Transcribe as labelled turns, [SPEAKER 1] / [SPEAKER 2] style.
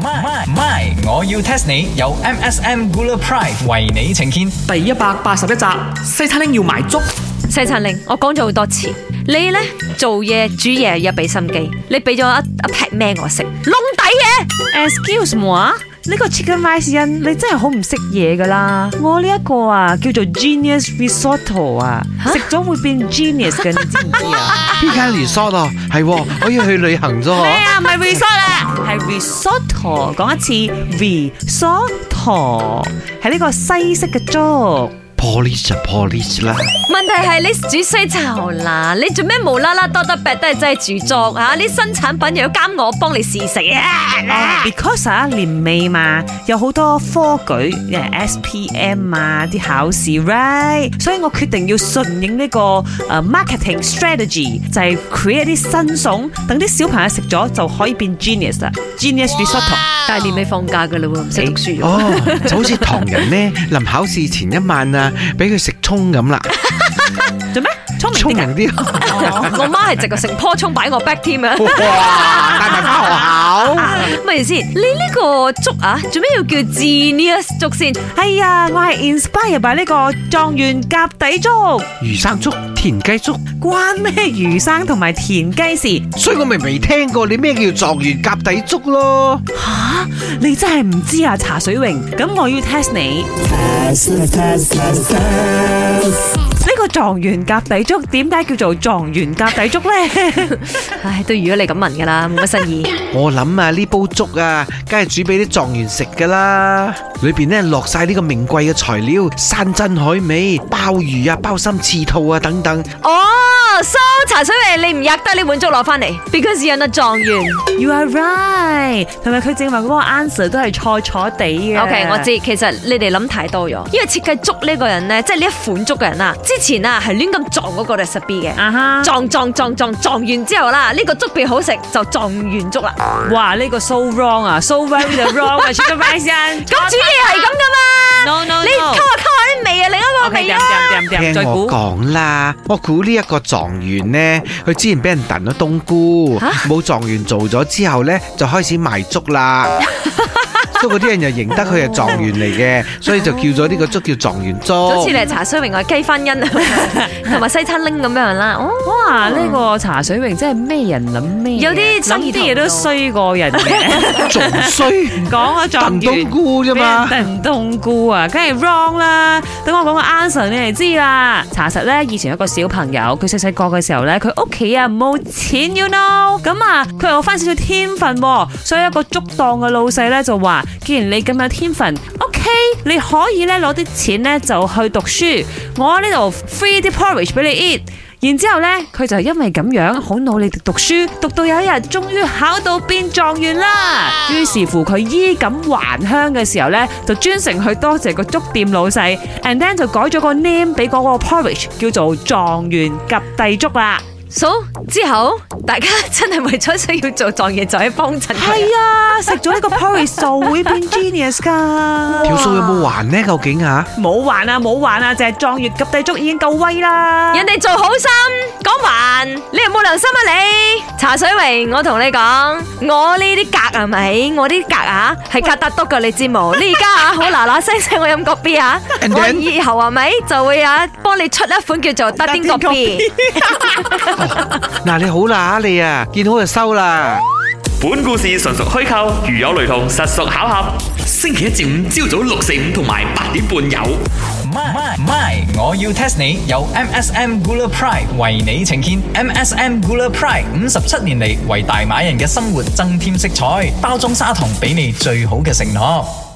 [SPEAKER 1] My My，我要 test 你有 MSM Gula Pride 為你呈現。
[SPEAKER 2] 第一百八十一集，西餐廳要埋足。
[SPEAKER 3] 西餐令，我講咗好多次，你呢做嘢煮嘢有俾心機，你俾咗一一劈咩我食，窿底嘢，excuse me
[SPEAKER 4] 呢個 chicken rice 因你真係好唔識嘢噶啦！我呢一個啊叫做 genius risotto 啊，食咗會變 genius 嘅，你知唔知啊？
[SPEAKER 5] 邊間連 s 啊？係喎，我要去旅行咗
[SPEAKER 4] 咩
[SPEAKER 5] 嗬。
[SPEAKER 4] 啊？唔係 risotto 啊，係 risotto。講一次 risotto 係呢個西式嘅粥。
[SPEAKER 5] police 就 police 啦，
[SPEAKER 3] 問題係你煮西餐啦，你做咩無啦啦多得病都係真係著作嚇？啊啲新產品又要監我幫你試食啊！
[SPEAKER 4] Because 啊，年尾嘛，有好多科舉誒 SPM 啊啲考試，right？所以我決定要順應呢個誒 marketing strategy，就係 create 啲新餸，等啲小朋友食咗就可以變 genius 啦，genius risotto。
[SPEAKER 3] 但係年尾放假㗎啦喎，唔使讀書喎。
[SPEAKER 5] 哦，就好似唐人呢， 臨考試前一晚啊，俾佢食葱咁啦，
[SPEAKER 4] 做咩？聰
[SPEAKER 5] 聰
[SPEAKER 4] 明啲
[SPEAKER 5] 明
[SPEAKER 4] 㗎
[SPEAKER 5] 啲，
[SPEAKER 3] 我媽係直個成棵葱擺我 back 添啊！
[SPEAKER 5] 哇，帶埋翻學校。
[SPEAKER 3] 咪先，你呢個粥啊，做咩要叫 genius 粥先？
[SPEAKER 4] 哎呀，我係 inspire by 呢個狀元夾底粥，
[SPEAKER 5] 魚生粥、田雞粥，
[SPEAKER 4] 關咩魚生同埋田雞事？
[SPEAKER 5] 所以我咪未聽過你咩叫狀元夾底粥咯。
[SPEAKER 4] 吓，啊你真係唔知啊，茶水榮。咁我要 test 你。呢個狀元夾底粥點解叫做狀元夾底 粥呢？
[SPEAKER 3] 唉，都如果你咁問㗎啦，冇乜新意。
[SPEAKER 5] 我諗啊，呢煲粥啊，梗係煮俾啲狀元食噶啦。裏邊呢落晒呢個名貴嘅材料，山珍海味、鮑魚啊、鮑參翅肚啊等等。
[SPEAKER 3] 哦，so 茶水味你唔吔得呢碗粥攞翻嚟，because you're not 狀元。
[SPEAKER 4] You are right，同埋佢正話嗰個 answer 都係錯錯地嘅。
[SPEAKER 3] OK，我知，其實你哋諗太多咗，因為設計粥呢個人呢，即係呢一款粥嘅人啊，之前啊係亂咁撞嗰個 recipe 嘅，
[SPEAKER 4] 啊哈，
[SPEAKER 3] 撞撞撞撞撞完之後啦，呢個粥變好食就狀元粥啦。
[SPEAKER 4] 哇呢個 so wrong 啊，so very the wrong 啊 c h i c k e r i c e
[SPEAKER 3] 咁煮嘢係咁噶嘛
[SPEAKER 4] No, no, no.
[SPEAKER 3] 你溝下溝下啲味啊，另一個味啊。
[SPEAKER 5] 聽
[SPEAKER 4] 再
[SPEAKER 5] 我
[SPEAKER 4] 估。
[SPEAKER 5] 講啦，我估呢一個狀元呢，佢之前俾人燉咗冬菇，冇狀元做咗之後呢，就開始賣粥啦。所以嗰啲人又認得佢係狀元嚟嘅，所以就叫咗呢個粥叫狀元
[SPEAKER 3] 就
[SPEAKER 5] 粥
[SPEAKER 3] 好似。你係茶水榮外雞翻 恩啊，同埋西餐拎咁樣啦。哦
[SPEAKER 4] 哇！啊呢個茶水榮真係咩人諗咩嘢，
[SPEAKER 3] 有啲
[SPEAKER 4] 諗
[SPEAKER 3] 生意
[SPEAKER 4] 啲嘢都衰過人嘅。
[SPEAKER 5] 仲衰，
[SPEAKER 4] 講啊，狀
[SPEAKER 5] 燉冬
[SPEAKER 4] 元。
[SPEAKER 5] 菇啫嘛。
[SPEAKER 4] 俾人燉冬菇啊，梗係 à? wrong 啦！等我講個 answer 你哋知啦。查實咧，以前有個小朋友，佢細細個嘅時候咧，佢屋企啊冇錢，you know，咁 à? 啊，佢有翻少少天分喎，所以一個粥檔嘅老細咧就話：既然你咁有天分，OK，你可以咧攞啲錢咧就去讀書，我呢度 free 啲 porridge 俾你 eat。然之後咧，佢就係因為咁樣好努力地讀書，讀到有一日終於考到變狀元啦。於是乎佢衣錦還鄉嘅時候咧，就專程去多謝個粥店老細，and then 就改咗個 name 俾嗰個 porridge 叫做狀元及第粥啦。
[SPEAKER 3] So 之後，大家真係為咗需要做狀元就去幫襯佢。
[SPEAKER 4] 係啊，食咗呢個 porridge 就會變 genius 噶。
[SPEAKER 5] 條數有冇還呢？究竟啊？
[SPEAKER 4] 冇還啊，冇還啊，就係狀元及第粥已經夠威啦。
[SPEAKER 3] 人哋做好心講還，你又冇良心啊你！茶水榮，我同你講，我呢啲格係咪？我啲格啊係格得多噶，你知冇？你而家啊好嗱嗱聲請我飲個 B 啊，
[SPEAKER 5] And
[SPEAKER 3] 我
[SPEAKER 5] then？
[SPEAKER 3] 以後係咪就會啊幫你出一款叫做得丁個 B？
[SPEAKER 5] 嗱，你好啦，你啊，見好就收啦。
[SPEAKER 6] 本故事純屬虛構，如有雷同，實屬巧合。星期一至五朝早六四五同埋八點半有。
[SPEAKER 1] My My，我要 test 你有 MSM Gula Pride 為你呈現。MSM Gula Pride 五十七年嚟為大馬人嘅生活增添色彩，包裝砂糖俾你最好嘅承諾。